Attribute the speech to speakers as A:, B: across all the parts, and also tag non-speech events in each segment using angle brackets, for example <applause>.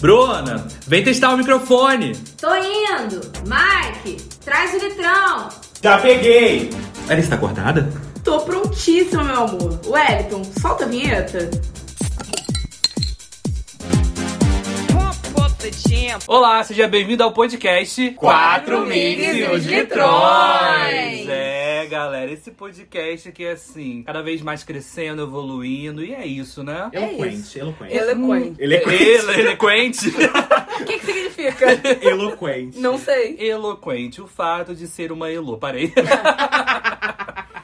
A: Bruna, vem testar o microfone.
B: Tô indo! Mike, traz o litrão!
C: Já peguei!
A: Ela está acordada?
D: Tô prontíssima, meu amor. Wellington, solta a vinheta.
E: Olá, seja bem-vindo ao podcast
C: Quatro
B: Migs e
E: Litrões.
B: os Litrões.
E: É, galera, esse podcast aqui é assim, cada vez mais crescendo, evoluindo, e é isso, né?
C: Eloquente, eloquente.
D: Eloquente.
C: é Eloquente.
E: Ele- Eloquente. <laughs>
D: O que, que significa?
C: Eloquente.
D: <laughs> Não sei.
E: Eloquente, o fato de ser uma Elo. Parei. <laughs>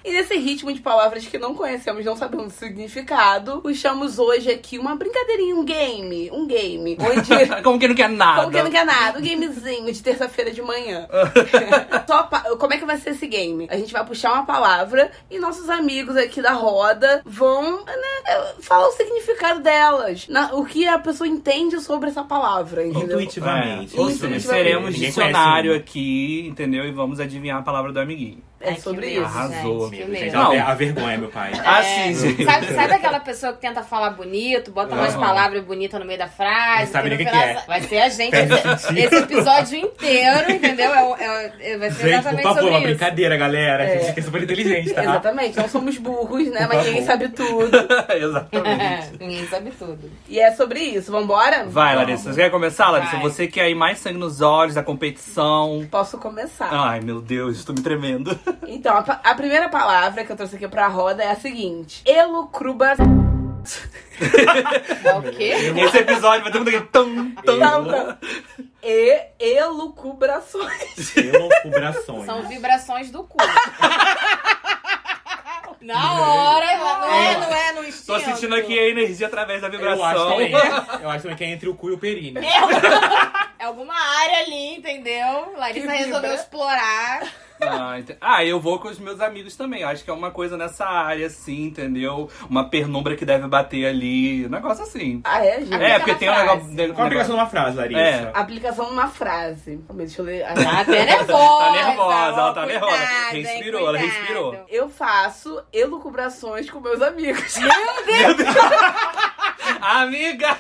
D: E nesse ritmo de palavras que não conhecemos, não sabemos o significado, puxamos hoje aqui uma brincadeirinha, um game. Um game. Onde.
E: Como que Ah, não quer nada?
D: Como que não quer nada? Um gamezinho de terça-feira de manhã. Só pa- Como é que vai ser esse game? A gente vai puxar uma palavra e nossos amigos aqui da roda vão né, falar o significado delas. na- O que a pessoa entende sobre essa palavra, entendeu?
C: Intuitivamente.
E: É, ou
D: Isso,
E: seja,
D: intuitivamente.
E: seremos
C: Ninguém
E: dicionário
C: conhece
E: aqui, entendeu? E vamos adivinhar a palavra do amiguinho.
D: É
B: Ai, que
D: sobre
B: medo,
D: isso.
E: Arrasou.
B: gente, que
C: Medo, gente. Ah,
B: medo. é,
C: A,
E: Não.
C: ver- a vergonha, meu pai.
B: Ah,
E: Assim, gente.
B: Sabe,
C: <laughs>
B: sabe aquela pessoa que tenta falar bonito, bota umas
E: Aham.
B: palavras bonitas no meio da frase?
C: Não sabe
B: no
C: nem o que
B: final
C: que é.
B: sa- Vai ser a gente
C: Perde
B: esse, esse episódio inteiro, entendeu? É o- é o- vai
C: Gente,
B: ser
C: por
B: exatamente
C: favor, uma
B: sobre isso.
C: brincadeira, galera. A
D: É.
C: gente é super inteligente, tá?
D: Exatamente, não somos burros, né?
C: Por
D: Mas ninguém
C: favor.
D: sabe tudo.
E: Exatamente.
B: É, ninguém sabe tudo.
D: E é sobre isso, vambora?
E: Vai, Larissa. Você quer começar, Larissa?
B: Vai.
E: Você quer ir mais sangue nos olhos da competição.
D: Posso começar.
E: Ai, meu Deus, estou me
C: <laughs>
E: tremendo.
D: Então, a, pa- a primeira palavra que eu trouxe aqui pra roda é a seguinte: elucruba.
B: É o quê?
E: Esse episódio vai ter mundo aqui. Tum, tum.
C: Então
D: Não,
C: tá.
D: não. E, elucubrações.
C: Elocubrações.
B: São vibrações
C: <laughs>
B: do cu. Na hora, não é, não é, no instinto.
E: Tô sentindo aqui a energia através da
C: Eu acho,
E: vibração.
C: também, eu acho também que é entre o cu e o perine.
B: É alguma área ali, entendeu? Larissa
D: Que
B: resolveu
D: vibra.
B: explorar.
E: <laughs> Ah, ent- ah, eu vou com os meus amigos também. Acho que é uma coisa nessa área, assim, entendeu? Uma penumbra que deve bater ali. Um negócio assim.
D: Ah, é, gente?
E: É, porque tem um
B: frase.
E: negócio. de-
C: Qual a aplicação de uma frase, Larissa?
E: É.
D: Aplicação numa frase. Calma aí, Deixa eu ler. Ah,
B: Tá até
D: né?
B: nervosa.
E: Tá nervosa, ela tá
B: ó,
E: nervosa.
B: cuidado, hein,
E: Respirou, ela
B: cuidado.
E: respirou.
D: <laughs> Eu faço elucubrações com meus amigos.
E: Amiga!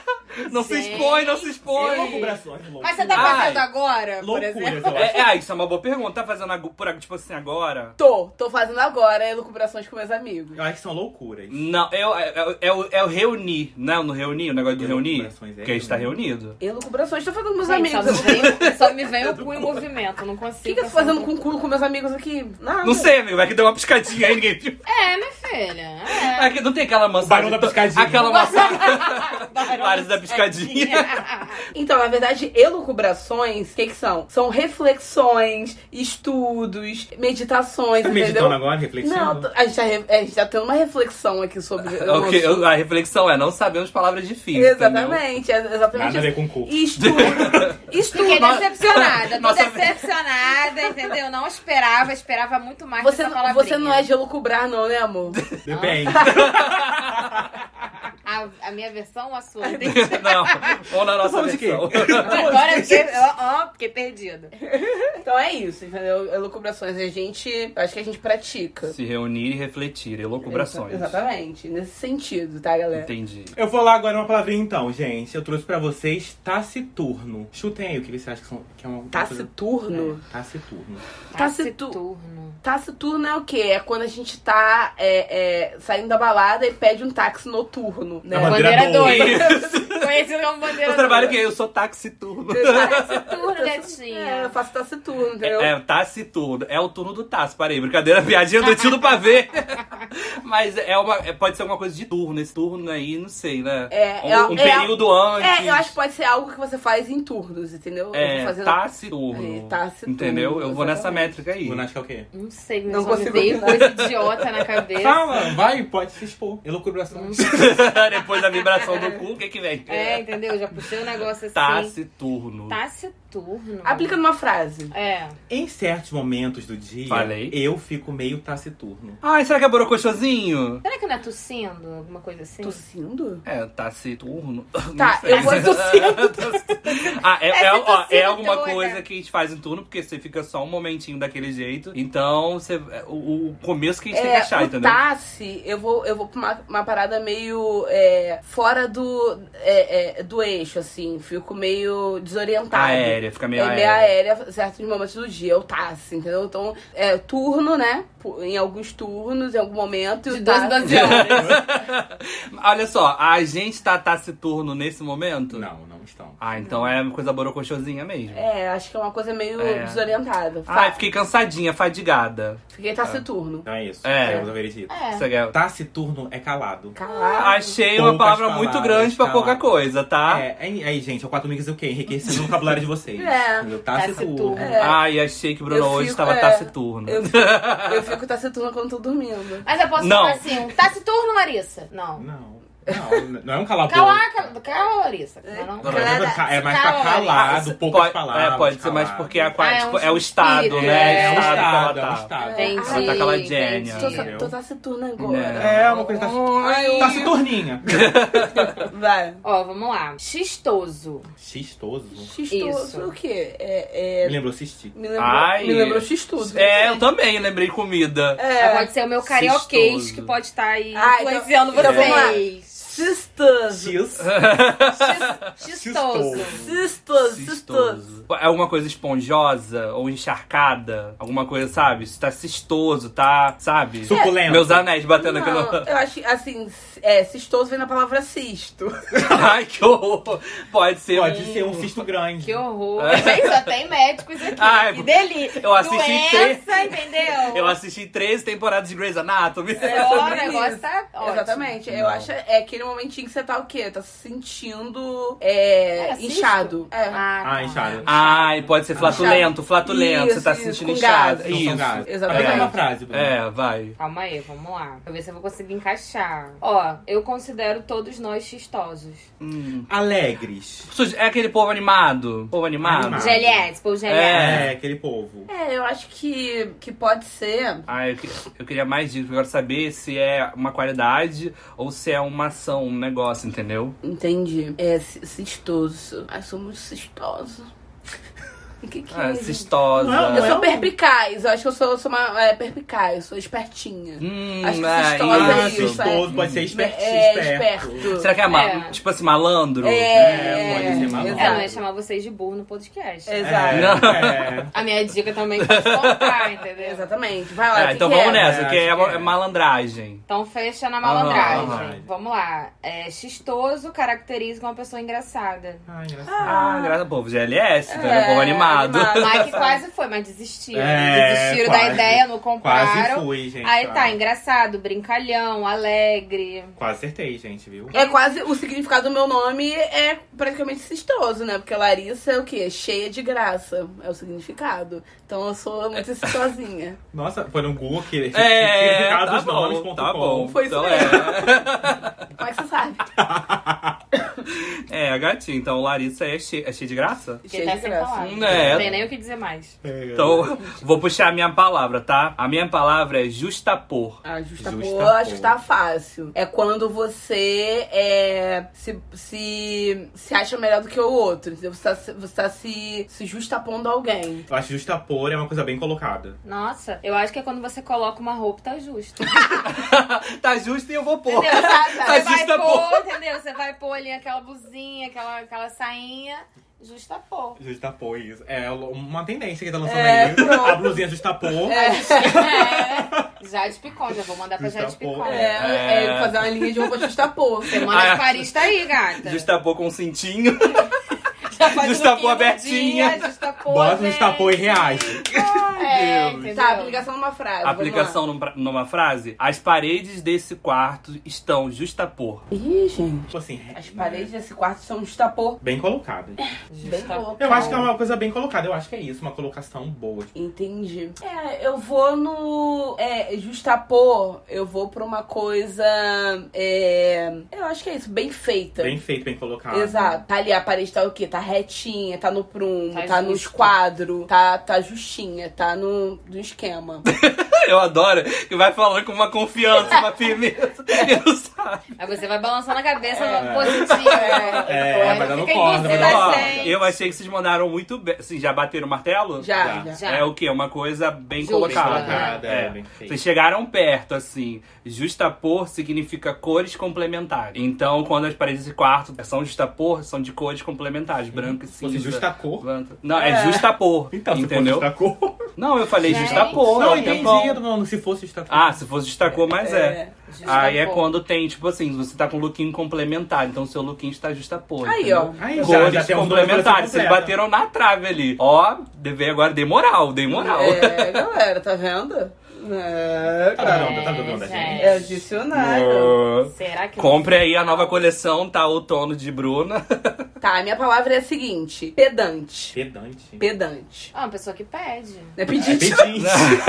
E: Não se
B: Gente.
E: expõe, não se expõe!
C: Elocubrações, loucura. Ah,
B: Mas você tá
E: Ai,
B: fazendo agora, por
C: Loucuras,
B: exemplo?
C: eu acho.
E: É, é, isso é uma boa pergunta. Tá fazendo agu- por ag- tipo assim agora?
D: Tô, tô fazendo agora elucubrações com meus amigos.
C: Eu acho que são loucuras.
E: Não, é, o- é, o- é, o- é o reunir, né? No reunir, o negócio do reunir.
C: Elucubrações, é,
E: Que a gente tá
C: né?
E: reunido.
D: Elucubrações, tô fazendo com meus
B: Gente,
D: amigos.
B: só, me
D: O é
B: vem, só me vem o cu em movimento, não consigo. um
D: que, que eu tô fazendo com o cu com meus amigos aqui? Nada.
E: Não sei, amigo, vai que deu uma piscadinha aí, ninguém viu.
B: É, minha filha. É.
E: Aqui, não tem aquela mansão.
C: barulho da piscadinha.
E: Aquela mansão.
B: <laughs>
E: Vários da piscadinha.
D: Então, na verdade, elucubrações, o que, que são? São reflexões, estudos, meditações,
C: Tá
D: entendeu?
C: meditando agora, reflexindo?
D: Não, tô- a gente, tá, re- a gente tá tendo uma reflexão aqui sobre. o
E: <laughs> Ok,
D: assunto.
E: a reflexão é, não sabemos palavras difíceis.
D: Exatamente, é exatamente.
C: Nada a ver
D: isso.
C: com cu.
D: E Estudo.
E: <laughs>
B: Fiquei
D: estudo.
B: decepcionada, tô
E: Nossa-
B: decepcionada, entendeu? Não esperava, esperava muito mais
D: Você,
B: dessa
D: não-
B: palavrinha.
D: você não é de elucubrar, não,
E: <laughs>
D: né, amor?
C: Depende.
B: A, a minha versão, a sua.
E: Entendeu? <laughs> Não, ou na nossa
C: falando de quê?
E: versão.
C: <laughs>
B: Agora eu fiquei, ó, ó, fiquei perdida.
D: Então é isso, entendeu? Elucubrações a gente. Eu acho que a gente pratica.
E: Se reunir e refletir, elucubrações.
D: Exatamente, nesse sentido, tá, galera?
E: Entendi.
C: Eu vou lá agora uma palavrinha então, gente. Eu trouxe pra vocês taciturno. Chutem aí o que vocês acham que, são, que é uma coisa...
D: Taciturno.
C: É, taciturno.
B: Tá
D: Tacitu-
B: Taciturno.
D: Taciturno é o quê? É quando a gente tá é, é, saindo da balada e pede um táxi noturno, né?
C: É uma- Bandeira
B: Bandeira
E: <laughs>
C: dois.
B: 2. Conhecido como bandeira
E: Eu trabalho que eu sou taxiturno.
D: <laughs>
B: Taciturno,
D: É, eu
B: gatinha.
D: faço taciturno, entendeu?
E: É, é taciturno. É o turno do Tassi. Parei, brincadeira, <laughs> piadinha do tio do
D: <laughs>
E: pavê. Mas é uma, é- pode ser alguma coisa de turno. Esse turno aí, não sei, né?
D: É,
E: um,
D: é-
E: um
D: é-
E: período antes.
D: É, eu acho que pode ser algo que você faz em turnos, entendeu? eu
E: É,
D: vou fazer
E: taciturno.
D: É, taciturno,
E: Entendeu? Eu vou nessa
D: exatamente.
E: métrica aí.
C: Lunática é o quê?
B: Não sei,
D: Não
B: não só me
D: consigo
B: veio
D: opinar.
B: coisa idiota na cabeça.
C: Fala, vai, pode se expor. Elucubração.
E: <laughs> Depois da vibração do cu, o que que vem?
B: É, entendeu? Já puxei um negócio assim.
E: Taciturno.
D: Tá.
B: Taciturno.
D: Aplica numa frase.
B: É.
C: Em certos momentos do dia,
E: Falei.
C: eu fico meio taciturno.
E: Ai, será que é borocochosinho?
B: Será que não é tossindo? Alguma coisa assim?
E: tá
D: Tossindo?
E: <laughs> É, taciturno.
D: Tá,
E: Não sei.
D: eu vou tossindo.
E: <laughs> Ah, é,
B: Essa
E: é, ó,
B: torcida
E: é alguma
D: então,
B: doida.
E: coisa que a gente faz em turno, porque você fica só um momentinho daquele jeito. Então, você, o, o começo que a gente tem que achar,
D: É, o tá,
E: entendeu?
D: Tassi, eu vou, eu vou pra uma, uma parada meio é, fora do, é, é, do eixo, assim. Fico meio desorientada.
E: Aérea, fica Ah, meio
D: é meio
E: aérea.
D: aérea, certos momentos do dia, eu tasse, entendeu? Então, é turno, né? Pu- Em alguns turnos, em algum momento.
B: De
D: eu
B: 12
D: tasse.
B: em 12 horas.
E: <laughs> Olha só, a gente tá taciturno nesse momento?
C: Não, não estão.
E: Ah, então é uma coisa borocochosinha mesmo.
D: É, acho que é uma coisa meio
E: É.
D: desorientada. Fa-
E: Ah, fiquei cansadinha, fadigada.
D: Fiquei taciturno.
C: Então é isso.
E: É.
C: Chegamos a veredito.
B: É.
E: Você
D: Tá.
E: quer-
C: Taciturno é calado.
D: Caralho.
E: Achei
C: Poucas
E: uma palavra muito
C: palavras,
E: grande pra
C: tá
E: pouca
C: lá.
E: coisa, tá?
C: É, aí, aí, gente, é o 4 Mix o quê? Enriquecendo o vocabulário de vocês.
D: É.
C: Entendeu? Taciturno.
B: Taciturno.
D: É.
E: Ai, achei que o Bruno
D: Eu
E: hoje
D: fico-
E: tava tá
D: é,
E: taciturno.
D: Eu, eu fico taciturno quando tô dormindo.
B: Mas eu posso
E: Não.
B: falar assim, taciturno, Larissa? Não.
C: Não. Não, não é um calabouço.
B: Cala, cala, cala, Larissa. Não, não.
C: Não, não, é, é mais pra
B: Calma,
C: calado,
E: Ah,
C: poucas
E: pode-
C: palavras.
E: É, pode ser, mas
C: calado.
E: porque é, a,
B: Ah, é
E: tipo,
B: um
E: é o estado,
B: suspiro,
E: né?
C: É um
E: que
C: estado, é
E: ela
C: um
E: tá.
C: estado.
B: Entendi.
E: Ela tá caladinha.
B: entendi.
D: Tô,
C: Entendeu?
D: tô taciturno agora.
C: É, uma coisa
E: tá
C: taci- taciturninha.
D: Vai.
B: Ó, vamos lá. Xistoso.
C: Xistoso.
B: Isso.
D: Xistoso o quê? É,
C: Me
D: é,
C: lembrou cisti.
D: me lembrou,
E: Ai.
D: me lembrou x-tudo.
E: É, eu também lembrei comida.
D: É
B: É, Mas Pode ser o meu carioquês
E: Cistoso.
B: que pode estar aí
D: Ah, então-
B: influenciando
D: então vamos lá.
B: vocês.
D: Cistoso.
C: Xis.
B: Xis-
D: Cistoso.
B: Xistoso.
D: Cistoso.
E: Cistoso. É alguma coisa esponjosa ou encharcada? Alguma coisa, sabe? Se tá cistoso, tá, sabe?
C: Suculento.
E: Meus anéis batendo aqui
D: Não,
E: no.
D: eu acho que, assim, é, cistoso vem da palavra cisto.
E: <laughs> Ai, que horror! Pode ser.
C: Pode ser um cisto grande.
B: Que horror.
E: É.
B: Gente, só tem médicos aqui.
E: Ai,
B: que delícia.
E: Ah, é eu assisti em três.
B: Doença, entendeu? É,
E: Eu assisti 13 temporadas de Grey's Anatomy.
B: Ó, O
D: Sobre
B: negócio
D: isso.
B: tá ótimo.
D: Exatamente. Eu
E: Não.
D: acho é aquele momentinho que você tá o quê? Tá se sentindo é,
B: É, cisto?
D: inchado. É.
B: Ah,
C: Ah, inchado.
E: Ai, pode ser flatulento, flatulento.
D: Isso,
E: você tá
D: isso,
E: se sentindo
D: com
E: inchado.
D: gases.
C: Não
E: Isso.
C: são gases.
D: exatamente.
C: Mas é uma frase. Bruno.
E: É, vai.
B: Calma aí, vamos lá. Pra ver se eu vou conseguir encaixar. Ó, eu considero todos nós xistosos.
E: Hum.
C: Alegres.
E: Suje- É aquele povo animado? Povo animado?
C: Animado.
B: Geliettes, pô, Geliettes.
E: Ah, É.
C: É, aquele povo.
D: É, eu acho que, que pode ser.
E: Ah, eu, que- eu queria mais disso, porque eu quero saber se é uma qualidade ou se é uma ação, um negócio, entendeu?
D: Entendi. É ci- cistoso. Ai, sou muito cistoso. <laughs> O que, que é?
E: Ah,
D: gente?
E: cistosa.
C: Não,
D: Eu
C: não
D: sou perpicaz. Eu acho que eu sou, sou uma é, perpicaz, sou espertinha.
E: Hum,
D: Acho que
E: é
D: cistosa
C: Ah,
D: isso,
E: isso.
D: é.
C: cistoso. Pode ser esperto.
E: Será que é, ma-
B: É.
E: tipo assim, malandro?
D: É,
C: É, pode ser maluco.
B: Eu não ia
D: exato.
B: chamar vocês de burro no podcast.
D: Exato.
C: É,
E: Não.
C: é.
B: A minha dica também pode contar, entendeu?
D: Exatamente. Vai lá.
E: Ah,
D: que
E: então
D: que
E: vamos
D: é?
E: nessa, que é,
C: Acho que é.
E: é malandragem.
B: Então fecha na
E: Aham,
B: malandragem.
C: aham.
B: Vamos lá. É, xistoso caracteriza uma pessoa engraçada.
C: Ah, engraçado.
E: Ah, graças ao povo. GLS, entendeu? então, é povo animado.
D: É, animado.
B: Mike Ah, quase foi, mas desistiram.
C: É,
B: desistiram da
C: quase.
B: ideia, não
C: Quase
B: compraram.
C: fui, gente.
B: Aí
C: ah.
B: tá, engraçado, brincalhão, alegre.
C: Quase acertei, gente, viu?
D: É quase. O significado do meu nome é praticamente cistoso, né? Porque Larissa é o quê? Cheia de graça. É o significado. Então eu sou muito cistosinha.
C: Nossa, foi no Google que...
E: É, tá bom,
C: significadosnomes.com.
E: tá bom.
D: Foi isso
E: então é.
D: Como é que você sabe?
E: É, gatinho, então Larissa é cheia é cheia de graça?
B: Porque
D: Cheia
B: tá
D: de
B: sem
D: graça.
B: palavras.
E: Né?
B: Não tem nem o que dizer mais. né?
E: Então, <laughs> vou puxar a minha palavra, tá? A minha palavra é justapor.
D: Ah, justa
C: Justa
D: boa, acho
C: boa.
D: que tá fácil. É quando você é, se, se, se acha melhor do que o outro. entendeu? Você tá, se- você tá se, se justapondo a alguém.
C: Eu acho justapor é uma coisa bem colocada.
B: Nossa, eu acho que é quando você coloca uma roupa, tá justo.
E: <laughs> tá justo e eu vou pôr.
B: Entendeu? Sabe? Você vai
E: justa,
B: pôr, entendeu? Você vai pôr ali aquela blusinha, aquela, aquela sainha, justa pôr.
C: <laughs> Justapor, isso. É uma tendência que tá lançando
D: É,
C: aí.
D: pronto.
C: A blusinha justapor.
D: É,
B: É, Jade Picon, já vou mandar pra Jade
C: Justa pô,
B: Picon.
D: é,
B: É.
D: é, fazer uma linha de roupa justapor.
B: Semana
E: Ah, é.
B: de Paris tá aí, gata.
E: Justapor com um cintinho.
B: Já faz
E: justa
B: um
E: pô
B: quilo
E: abertinha.
B: dia, Justa pô,
C: Bota
B: gente.
C: justapor e reage.
B: É,
E: Deus.
B: entendeu?
D: Tá, aplicação numa frase. vamos
E: Aplicação num pra- numa frase. As paredes desse quarto estão justapor.
D: lá. Ih, gente.
C: Tipo assim...
D: As paredes desse quarto são justapor.
C: Bem colocada.
D: Bem
E: tá
D: louco.
C: Eu acho que é uma coisa bem colocada. Eu acho que é isso, uma colocação boa.
D: Entendi. É, eu vou no. É, justapor, eu vou pra uma coisa. É, eu acho que é isso, bem feita.
C: Bem feito, bem
E: Ah,
C: colocado.
D: Exato. Tá ali, a parede tá o quê? Tá retinha, tá no prumo,
B: Tá
D: tá, no
B: justa.
D: esquadro, tá, tá justinha, tá no, no esquema.
E: <laughs> Eu adoro que vai falando com uma confiança,
D: <laughs>
E: uma firmeza. E não
D: né?
E: sabe.
B: Aí você vai balançando a cabeça no positivo.
C: É,
B: Aí
C: vai dando
B: fica em
D: tá
C: corda,
B: dúvida
C: vai
E: Ó,
C: dando
B: sempre.
E: eu achei que vocês mandaram muito bem. Assim, já bateram o martelo?
D: Já, já.
B: Já.
E: É o quê? Uma coisa bem
B: Justa,
E: colocada.
B: né?
E: É.
C: É, bem feito.
E: Vocês chegaram perto, assim. Justapor significa cores complementares. Então, quando as paredes de quarto são justapor, são de cores complementares. Branco e cinza.
C: Você justacou.
E: Não, é, justapor.
C: Então, se for
E: entendeu?
C: justacou.
E: Não, eu falei
B: Gente.
E: justapor.
C: Não,
E: há um
C: entendi.
E: tempão.
C: eu tô falando, se fosse justacou.
E: Ah, se fosse destacou, mas é.
B: Justapor.
E: Aí é quando tem, tipo assim, você tá com um lookinho complementar, então seu lookinho está justapor.
D: Aí,
E: entendeu?
D: ó.
C: Aí,
E: Cores
C: já- já tem um nome pra
E: complementares,
C: ser
E: vocês
C: completa.
E: bateram na trave ali. Ó, deve agora, dei moral, dei moral. <laughs>
D: É, galera, tá vendo? É,
C: Tá dando
D: cara.
C: onda, tá dando onda,
B: É,
C: gente.
D: É o dicionário.
E: Ah,
B: Será que.
E: Compre aí a nova coleção, tá outono de Bruna.
D: Tá, a minha palavra é a seguinte: pedante.
C: Pedante.
D: Pedante.
B: Ah, uma pessoa que pede.
D: Não é
C: É
D: pedinte.
C: pedinte.
D: É
B: Mas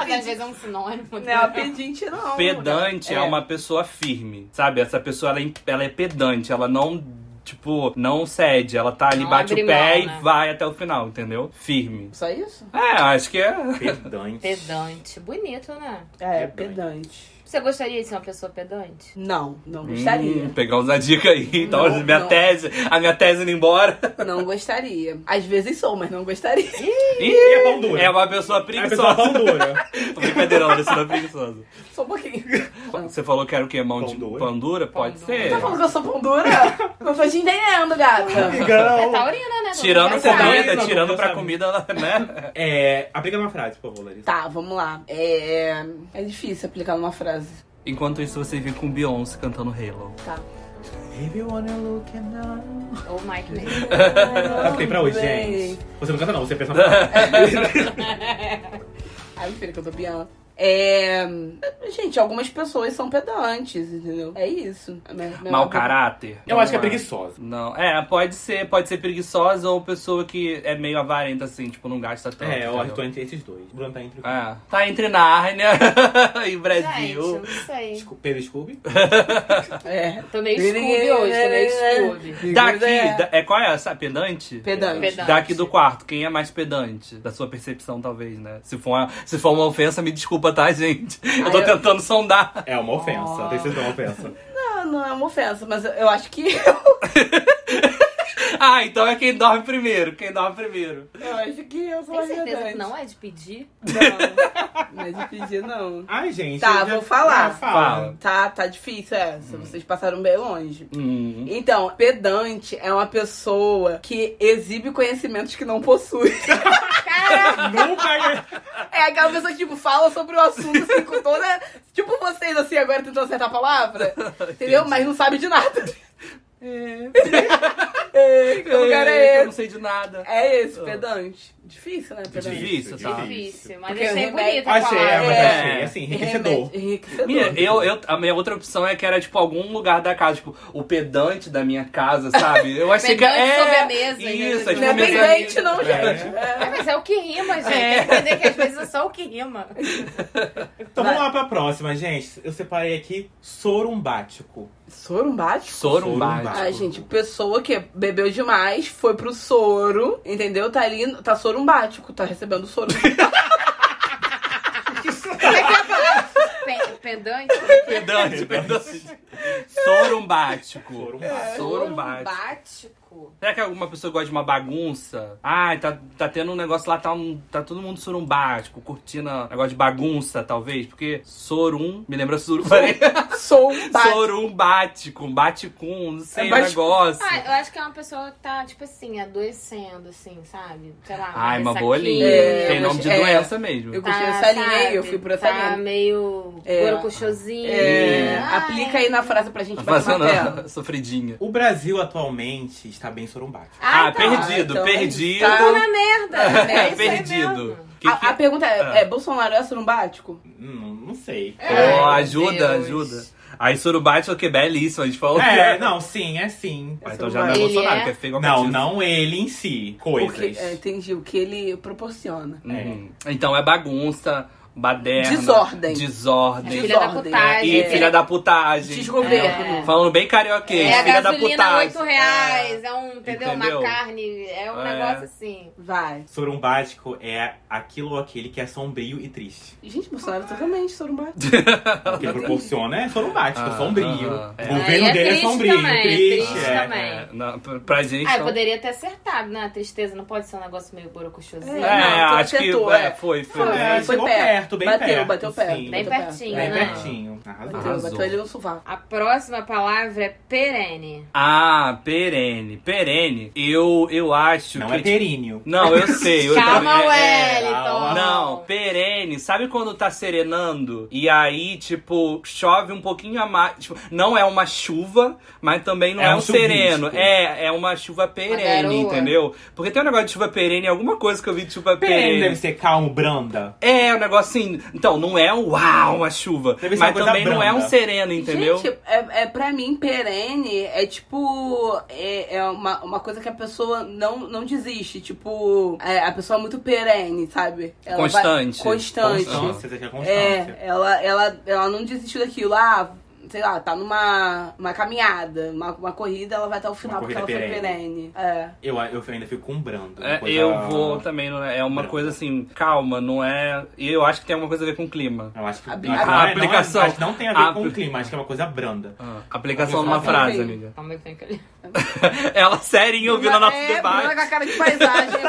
B: às
D: pedinte.
B: vezes é um sinônimo.
D: Não é pedinte, não.
E: Pedante é.
D: É.
E: uma pessoa firme, sabe? Essa pessoa, ela, é- ela é pedante, ela não, tipo, não cede. Ela tá ali,
D: É
B: Não
E: bate
B: abre
E: o pé
B: mão,
E: e
B: né?
E: vai até o final, entendeu? Firme.
D: Só isso?
E: É, acho que é... <laughs>
C: Pedante.
B: Pedante. Bonito, né?
D: É,
C: Pedante.
D: pedante.
B: Você gostaria de ser uma pessoa pedante?
D: Não, não
E: Hum,
D: gostaria.
E: pegar uma dica aí. <laughs> Então,
D: Não,
E: minha
D: não.
E: tese, a minha tese indo embora.
D: <laughs> Não gostaria. Às vezes sou, mas não gostaria.
E: Ih,
C: é pão duro.
E: é uma pessoa
C: É
E: preguiçosa.
C: pessoa pão
E: <laughs>
C: <laughs> dura.
E: Brincadeira, não, você não é preguiçosa.
D: Sou um pouquinho.
E: Você falou que era o quê? Mão
C: Pão
E: de
C: duro.
E: pandura?
B: Pão
E: Pode
B: duro.
C: É.
E: ser.
D: Tá falando que eu sou pão dura? Não tô te entendendo, gata.
B: É
D: Tá
C: Legal.
B: taurina, né?
E: Tirando
B: Todo mundo já sabe.
E: comida,
C: não, não,
E: tirando
C: não,
E: pra
C: não.
E: comida, <laughs> ela- né?
C: É, aplica uma frase, por favor, Larissa.
D: Tá, vamos lá. É. É difícil aplicar numa frase.
C: <laughs>
E: Enquanto isso, você vem com Beyoncé cantando Halo.
D: Tá.
C: Everyone looking now.
B: Ou
E: <laughs>
B: Mike mesmo.
C: É o que tem pra hoje,
D: Bem.
C: gente. Você não canta, não, você pensa na frase.
D: Ai, filha, que eu tô piando. É. Gente, algumas pessoas são pedantes, entendeu? É isso. É minha- minha-
E: Mau caráter.
C: Eu acho que é
E: Não
C: preguiçosa.
E: Não, é, pode ser, pode ser preguiçosa ou pessoa que é meio avarenta, assim, tipo, não gasta tanto.
C: É, eu
E: entendeu?
C: tô entre esses dois. Bruno tá entre o
E: É, tá entre Nárnia <laughs> e
B: Gente,
E: Brasil.
B: eu não sei.
C: Sco- Pedro Scooby.
D: É.
B: Tô meio Scooby hoje, tô meio Scooby.
E: Daqui,
D: É.
E: da- é qual é essa? Pedante?
D: Pedante.
B: Pedante.
E: Daqui do quarto, quem é mais pedante? Da sua percepção, talvez, né? Se for uma, se for uma ofensa, me desculpa, tá, <laughs> gente? Eu tô
D: Ah, eu-
E: tentando sondar.
C: É uma
D: Oh.
C: ofensa. Tem que ser uma ofensa.
D: Não, não é uma ofensa, mas eu- eu acho que <laughs> eu.
E: Ah, então é quem dorme primeiro, quem dorme primeiro.
D: Eu acho que eu sou
B: Tem
D: uma
B: certeza que
D: pedante.
B: não é de pedir?
D: Não, mas de pedir não.
C: Ai, gente.
D: Tá,
C: eu já-
D: vou falar.
C: Ah, fala.
D: Tá, tá difícil
C: Hum.
D: essa. Vocês passaram bem longe.
E: Hum.
D: Então, pedante é uma pessoa que exibe conhecimentos que não possui.
C: Nunca
E: <laughs>
C: ia-
D: É aquela pessoa que, tipo, fala sobre o assunto, assim, com toda. Tipo vocês, assim, agora tentando acertar a palavra. Entendeu? Mas não sabe de nada. <laughs> É. que lugar é
E: eu não
D: esse?
E: sei de nada.
D: É esse, pedante. Difícil, né, pedante?
E: Difícil, tá?
B: Difícil, mas
D: Porque
B: achei
D: eu
B: bonita a
C: Achei, é,
B: palavra.
C: mas
E: É.
C: achei. Assim, enriquecedor.
D: Enriquecedor.
E: Minha, eu, eu, a minha outra opção é que era, tipo, algum lugar da casa, tipo, o pedante da minha casa, sabe? Eu achei que
B: Pedante
E: é.
B: sob a mesa,
E: Isso,
B: entendeu?
E: é
D: Não é
E: tipo,
B: Minha
E: mesa-
D: pedante, não,
C: É.
D: gente. É.
B: É, mas é o que rima, gente. Tem que entender que às vezes é só o que rima.
C: Então vamos lá pra próxima, gente. Eu separei aqui sorumbático.
D: Sorumbático?
E: Sorumbático.
D: Ai, gente, pessoa que bebeu demais, foi pro soro, entendeu? Tá ali, tá sorumbático, tá recebendo soro.
B: Pe- Pedante. né, é
E: Pedante, pedante. Sorumbático. Sorumbático.
C: Sorumbático.
B: Sorumbático.
E: Será que alguma pessoa gosta de uma bagunça? Ai, tá, tá tendo um negócio lá, tá, um- tá todo mundo sorumbático, curtindo um negócio de bagunça, talvez? Porque sorum, me lembra suru, falei,
D: Sorumbático.
E: sorumbático, baticum, não sei,
D: É
E: um
D: bático.
E: negócio.
B: Ah, eu acho que é uma pessoa que tá, tipo assim, adoecendo, assim, sabe? Sei lá.
E: Ai, uma
B: cabeça
E: boa
B: aqui,
E: linha.
D: É,
E: Tem
D: eu
E: nome de
D: achei- é.
E: doença mesmo.
D: Eu gostei dessa linha aí, eu
B: sabe,
D: fui por essa
B: tá
D: linha.
B: meio
D: É.
B: gorocochosinho.
D: É,
B: Ai.
D: aplica aí na frase pra gente
E: Tá
D: bater
E: fazendo
D: martelo.
E: <laughs> uma sofridinha.
C: O Brasil atualmente está bem sorumbático.
E: Ah,
B: Ai, tá.
E: perdido,
D: então,
E: perdido.
B: Tô Tá na né, merda.
E: <laughs> É,
B: isso aí
E: perdido.
B: mesmo.
E: Que
D: a,
E: que-
D: a pergunta é,
E: Ah.
D: é, Bolsonaro é sorumbático?
C: Hum, não sei.
E: Ó,
B: Ai, É, meu
E: ajuda,
B: Deus.
E: ajuda. Aí Sorubate é o que? Belíssimo, a gente falou. <laughs>
C: É, não, sim, é sim.
E: Ah, então já não é
B: Ele
E: Bolsonaro,
B: é-
E: que é feio igual
C: Não,
E: catiço.
C: não ele em si.
D: é, O que-
C: Coisas.
D: é, entendi, o que ele proporciona.
E: Uhum. Então é bagunça, baderna.
D: Desordem.
E: É Desordem.
B: É
E: né?
B: Filha da é.
E: E
D: Desordem.
B: putagem.
E: filha da putagem.
D: Desgoverno.
B: É.
E: Falando bem carioquês,
B: É a
E: filha da
B: gasolina,
E: putagem.
B: 8 reais. É um, entendeu?
E: Entendeu?
B: Uma carne. É um
E: É.
B: negócio assim.
D: Vai.
C: Sorumbático é aquilo ou aquele que é sombrio e
E: <laughs>
C: triste.
D: Gente, Bolsonaro é totalmente sorumbado.
C: O que ele proporciona é sorumbático,
E: Ah,
C: sombrio.
E: ah, é.
C: O governo
B: Aí é
C: dele é
B: triste
C: sombrio,
B: também, é
C: triste.
B: triste
C: é.
B: também.
E: É, na- pra- pra gente. então.
B: Ah, eu
E: não-
B: poderia ter acertado, né? A tristeza não pode ser um negócio meio borocochosinho.
E: É,
D: Não, então
E: acho que
D: acertou,
E: é,
D: é.
E: foi, foi.
D: Foi.
C: É,
D: Foi
C: chegou
D: perto.
C: perto, bem
D: Bateu,
C: perto.
D: bateu perto.
C: sim.
B: Bem
D: Muito
B: pertinho,
C: Bem
B: né?
C: pertinho. Arrasou.
D: Bateu,
E: Arrasou.
D: bateu ele no sovaco.
B: A próxima palavra é perene.
E: Ah, perene. Perene. Eu, eu acho
C: Não
E: que.
C: é períneo.
E: Não, eu
B: <laughs>
E: sei. Eu
B: Calma,
E: também- é, é.
B: Wellington.
E: Não, perene. Sabe quando tá serenando? E aí, tipo, chove um pouquinho a mais. Tipo, não é uma chuva, mas também não
C: É
E: é,
C: um
E: um sereno.
C: chuvisco.
E: É, é uma chuva perene,
B: garoa.
E: entendeu? Porque tem um negócio de chuva perene, alguma coisa que eu vi de chuva
C: Perene
E: perene.
C: deve ser calmo, branda.
E: É, um negócio assim. Então, não é um uau, uma chuva.
C: Deve ser
E: mas
C: uma coisa
E: também não é um
C: branda.
E: sereno, entendeu?
D: Gente, é, é, pra mim, perene é tipo. É, é uma, uma coisa que a pessoa não, não desiste. Tipo, é, a pessoa é muito perene, sabe? Ela vai-
E: Constante.
D: constante.
C: Constância, você quer constância.
D: É, ela, ela, ela não desistiu daquilo. Ah, sei lá, tá numa uma caminhada, uma, uma corrida, ela vai até o final porque
C: corrida
D: ela foi perene.
C: perene.
D: É.
C: Eu, eu ainda fico com branda.
E: É, eu vou também, não é, é uma
C: Branco.
E: coisa assim, calma, não é. E eu acho que tem alguma coisa a ver com o clima.
C: Eu acho que
D: A
C: não,
D: bi-
C: não é-
D: a
C: não é-
E: aplicação.
C: acho que não tem a ver
E: A
C: com
E: apli-
C: o clima, acho que é uma coisa branda.
E: Ah, Aplicação
C: Vamos
E: numa
C: lá,
E: frase,
D: vamos aí.
E: amiga. <laughs>
B: Calma aí, tem que olhar.
E: Ela serinha ouvindo o nosso
D: é,
E: debate.
D: Bruna com a cara de paisagem.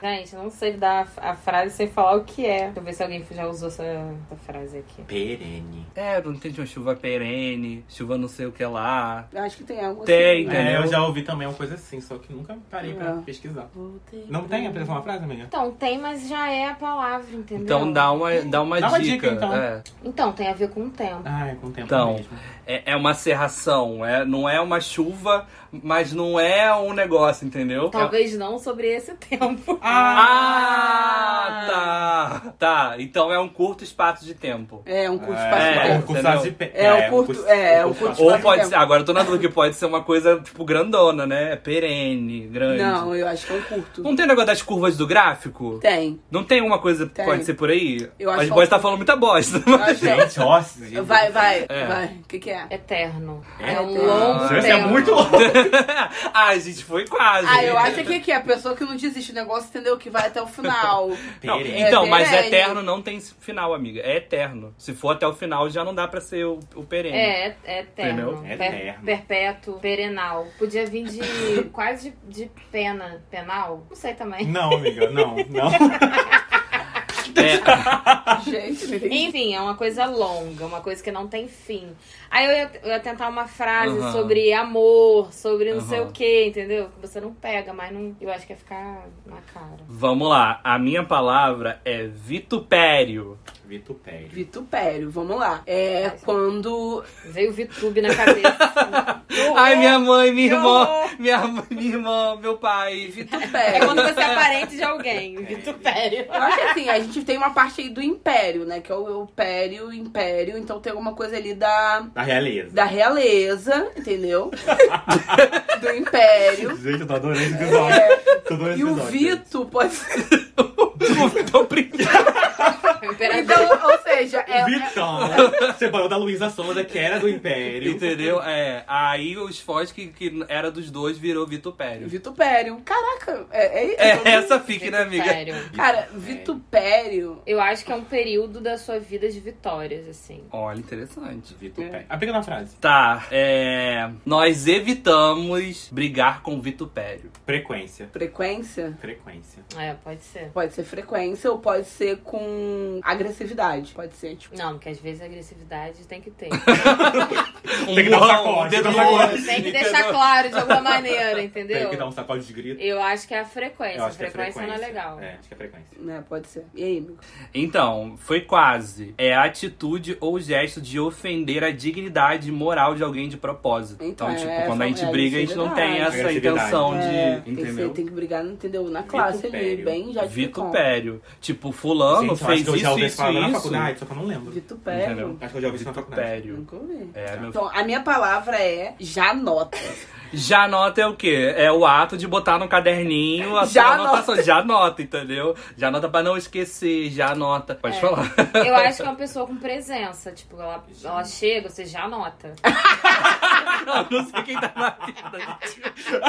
B: <laughs> Gente, eu não sei dar a a frase sem falar o que é. Deixa eu ver se alguém já usou essa, essa frase aqui.
C: Perene.
E: É, eu não entendi uma chuva perene, chuva não sei o que lá.
D: Eu Acho que tem algo
E: Tem,
D: assim.
E: tem.
D: né?
E: Entendeu?
C: É, eu já ouvi também uma coisa assim, só que nunca parei pra
D: É.
C: pesquisar.
D: Voltei
C: Não
D: pra-
C: tem aplicação uma frase, amiga?
B: Então, tem, mas já é a palavra, entendeu?
E: Então dá uma, dá uma
C: Dá uma
E: dica.
C: dica, então.
E: É.
B: Então, tem a ver com o tempo.
C: Ai, Ah, com o tempo
E: Então.
C: mesmo.
E: É, é uma serração, é, não é uma chuva, mas não é um negócio, entendeu?
B: Talvez não sobre esse tempo. <laughs>
C: Ah!
E: Ah, tá. Tá, então é um curto espaço de tempo.
D: É, um curto
E: É,
D: espaço
C: É,
D: de
C: um
D: tempo.
C: curto
E: entendeu?
C: de pe-
D: É, um curto-
C: curso-
D: é,
C: um
D: um curto
E: Ou
D: espaço de
E: pode
D: tempo.
E: ser, agora eu tô na dúvida que pode ser uma coisa, tipo, grandona, né? Perene, grande.
D: Não, eu acho que é um curto.
E: Não tem negócio das curvas do gráfico?
D: Tem.
E: Não tem uma coisa que
D: Tem.
E: pode ser por aí?
D: Eu acho
E: a gente
D: que- é
E: pode estar falando muita bosta.
D: Eu acho que é-
C: Gente, ó, gente.
D: Vai, vai,
E: É.
D: vai. O que, que é?
B: Eterno.
C: É?
B: É, um longo
C: Isso é <laughs>
B: tempo.
C: muito
E: <laughs>
C: louco.
E: Ai, Ah, gente, foi quase.
D: Ah, eu acho que aqui é a pessoa que não desiste do negócio, entendeu? Que vai até o final.
E: Não,
C: Perene.
E: então,
D: É
E: mas
D: perene.
E: eterno não tem final, amiga. É eterno. Se for até o final, já não dá pra ser o, o perene.
B: É, é- é eterno.
E: Entendeu?
C: É
B: Per-
C: eterno.
B: perpétuo, perenal. Podia vir
E: <laughs>
B: de quase de, de pena. Penal? Não sei também.
C: Não, amiga, não, não.
E: É,
D: Gente, não entendi.
B: Enfim, é uma coisa longa, uma coisa que não tem fim. Aí eu ia, eu ia tentar uma frase
E: Aham.
B: sobre amor, sobre não sei
E: Aham.
B: o que, entendeu? Que você não pega, mas não. Eu acho que ia ficar na cara.
E: Vamos lá. A minha palavra é vitupério.
C: <laughs> Vitupério.
D: Vitupério, vamos lá. É quando.
B: Veio o VTube na cabeça.
E: <laughs> Ai, minha mãe, minha
B: Que
E: irmã,
B: horror!
E: minha mãe, minha irmã, meu pai.
B: É
D: Vitupério.
B: quando você é parente de alguém, vitupério.
D: Eu acho que assim, a gente tem uma parte aí do império, né? Que é o império, império. Então tem alguma coisa ali da,
C: Da realeza.
D: da realeza,
E: <laughs>
D: entendeu? do império.
C: Gente, eu tô adorando esse episódio. Tô adorando esse
D: É. E o
C: episódio.
D: Vito pode ser.
E: <laughs> Tô brincando.
B: É o imperador.
D: Então, ou seja, é,
C: Vitão. Separou da Luísa Sonda, que era do Império.
E: Entendeu? É. Aí os fós que, que era dos dois virou vitupério.
D: Vitupério. Caraca, é, é,
C: <laughs>
E: É, essa fique, né, amiga?
B: Vitupério.
C: É,
D: Cara, vitupério.
B: Eu acho que é um período da sua vida de vitórias, assim.
E: Olha, interessante.
C: Vitupério. A pequena frase.
E: Tá, é. Nós evitamos brigar com vitupério.
C: Frequência.
D: Frequência?
C: Frequência.
B: É, pode ser.
D: Pode ser frequência ou pode ser com agressividade. Pode ser, tipo.
B: Não, porque às vezes a agressividade tem que ter.
E: Um
C: Tem que dar um
E: urrão,
C: sacode, tem que dar um
E: dedão.
C: sacode.
B: tem que
E: Entendeu?
B: deixar claro de alguma maneira,
C: Tem
B: entendeu?
C: que dar um sacode de grito.
B: Eu acho que é a frequência.
C: Eu acho que é
B: frequência,
C: frequência.
B: não é legal.
C: É, acho que é frequência.
D: Né, pode ser. E aí, amigo?
E: Então, foi quase. É a atitude ou gesto de ofender a dignidade moral de alguém de propósito. Então,
D: Então,
E: tipo,
D: é,
E: quando a gente
D: é
E: briga, a gente não tem essa
C: agressividade.
E: intenção
D: É,
E: de.
D: tem, que
E: Entendeu?
D: ser, tem que brigar, entendeu? Na classe ali,
C: Vitupério.
D: bem já de
E: Vitupério. Tipo, fulano
C: Gente, eu acho
E: fez
C: que eu já
E: isso,
C: ouvi
E: isso,
C: falar na
E: isso.
C: faculdade. Vitupério, só que eu não lembro.
D: Vitupério.
E: Entendeu?
C: Acho que eu já ouvi isso na faculdade.
E: Pério.
D: Nunca ouvi.
E: É, meu...
D: Então, a minha palavra é janota.
E: Já nota é o quê? É o ato de botar no caderninho a
D: Já
E: sua anotação. Já nota, entendeu? Já nota pra não esquecer, já nota. Pode
B: É.
E: falar.
B: Eu acho que é uma pessoa com presença. Tipo, ela, ela chega, você já nota.
E: Eu <laughs> não sei quem tá na vida. gente.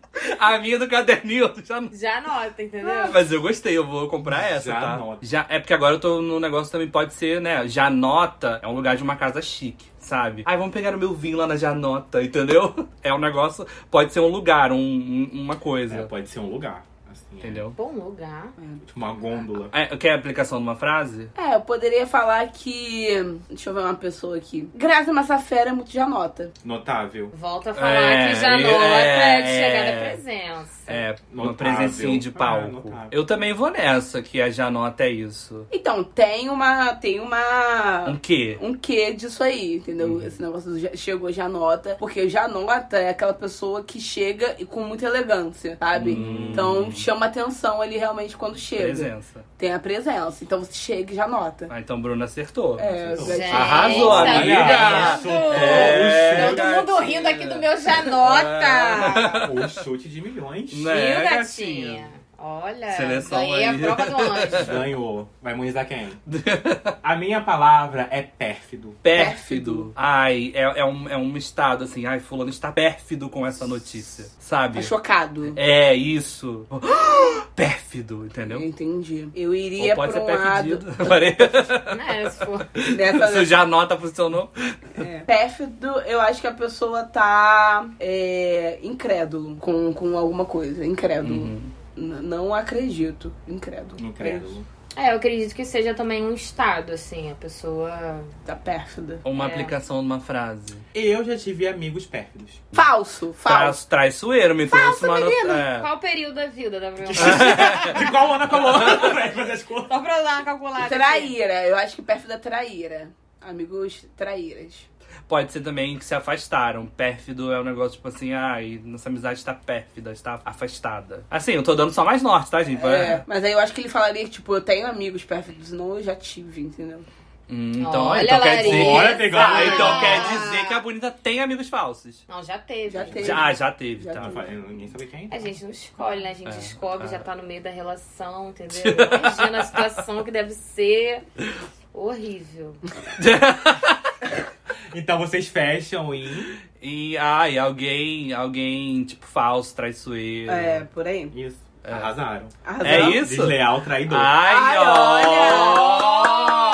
E: <laughs> A minha do caderninho, eu já não
B: Já nota, entendeu?
E: Ah, Mas eu gostei, eu vou comprar essa,
C: Já
E: tá?
C: nota.
E: Já, é porque agora eu tô num negócio também pode ser, né? Janota é um lugar de uma casa chique, sabe? Ai, vamos pegar o meu vinho lá na Janota, entendeu? <laughs> É um negócio, pode ser um lugar, um- um- uma
C: É,
E: coisa,
C: pode ser um lugar, assim.
E: entendeu?
B: Bom lugar.
C: Tipo uma gôndola.
E: É, quer a aplicação de uma frase?
D: É, eu poderia falar que. Deixa eu ver uma pessoa aqui. Graça Massafera é muito janota.
C: Notável.
B: Volta a falar
E: É,
B: que já
E: e-
B: nota é, de
E: é,
B: chegar da
E: é.
B: presença.
E: É, uma
C: Notável.
E: presencinha de palco.
C: Ah, notável.
E: eu também vou nessa, que a Janota é isso.
D: Então, tem uma. Tem uma.
E: Um quê?
D: um quê disso aí, entendeu?
E: Uhum.
D: Esse negócio do já- chegou, já nota. Porque já nota é aquela pessoa que chega e com muita elegância, sabe? Então chama atenção ali realmente quando
E: Hum.
D: chega.
E: Presença.
D: Tem a presença. Então você chega e já nota.
E: Ah, então Bruna acertou.
D: É,
C: Gente,
D: gente.
E: Arrasou,
B: tá
E: amiga!
B: vendo?
E: É,
B: Todo mundo
E: gatinha.
B: rindo aqui do meu já nota.
C: Então, O chute de milhões.
E: É.
B: Viu,
E: É,
B: gatinha? Olha,
E: Seleção
B: ganhei
E: aí.
B: a prova do anjo.
C: Ganhou. Vai imunizar quem? A minha palavra é pérfido.
E: Pérfido. Ai, é, é, um, é um estado assim. Ai, fulano está pérfido com essa notícia. Sabe?
D: Tá chocado.
E: É isso. <gasps> pérfido,
D: Eu
E: entendeu?
D: entendi. Eu
E: Ou
D: iria
E: pode
D: por
E: ser
D: um lado.
E: pérfido. <laughs>
D: <laughs>
E: Parei.
B: Né, se for-
E: Você <laughs>
D: Nessa,
E: já nota tá funcionou?
D: é. <laughs> Pérfido, eu acho que a pessoa tá é, incrédulo com, com alguma coisa. Incrédulo. N- não acredito. Incrédulo.
C: Incrédulo.
B: É, eu acredito que seja também um estado, assim, a pessoa.
D: Tá pérfida.
E: Uma
B: É.
E: aplicação numa frase.
C: Eu já tive amigos pérfidos. <laughs>
D: Falso,
E: Tra
D: falso.
E: traiçoeiro, me trouxe uma nota. É.
B: Qual o período da vida da Bruna?
C: De qual ano a qual ano? Pra fazer as contas.
B: Só pra eu dar uma calculada. aqui.
D: Traíra, eu acho que perto da traíra. Amigos traíras.
E: Pode ser também que se afastaram. Pérfido é um negócio tipo assim, ai, nossa amizade está pérfida, está afastada. Assim, eu tô dando só mais norte, tá, gente?
D: É, mas aí eu acho que ele falaria, tipo, eu tenho amigos pérfidos, não eu já tive, entendeu?
E: Hum, então,
B: Olha,
E: então quer dizer.
B: Larissa.
C: Olha, pegou.
E: Ah, então
B: Ah.
E: quer dizer que a bonita tem amigos falsos.
B: Não, já teve.
D: Já teve.
E: Já, já teve,
D: Já
E: tá.
C: Não, falei, Ninguém sabe quem. é, então.
B: A gente não escolhe, né? A gente
E: É,
B: descobre,
E: é.
B: já tá no meio da relação,
E: <laughs>
B: entendeu? Imagina a situação que deve ser horrível.
C: Então vocês fecham em.
E: E ai, alguém, alguém, tipo, falso, traiçoeiro.
D: É, por aí.
C: Isso. Arrasaram.
D: Arrasou.
E: É isso? Ah,
C: Desleal, traidor.
E: Ai,
D: Ai,
E: olha!
B: olha!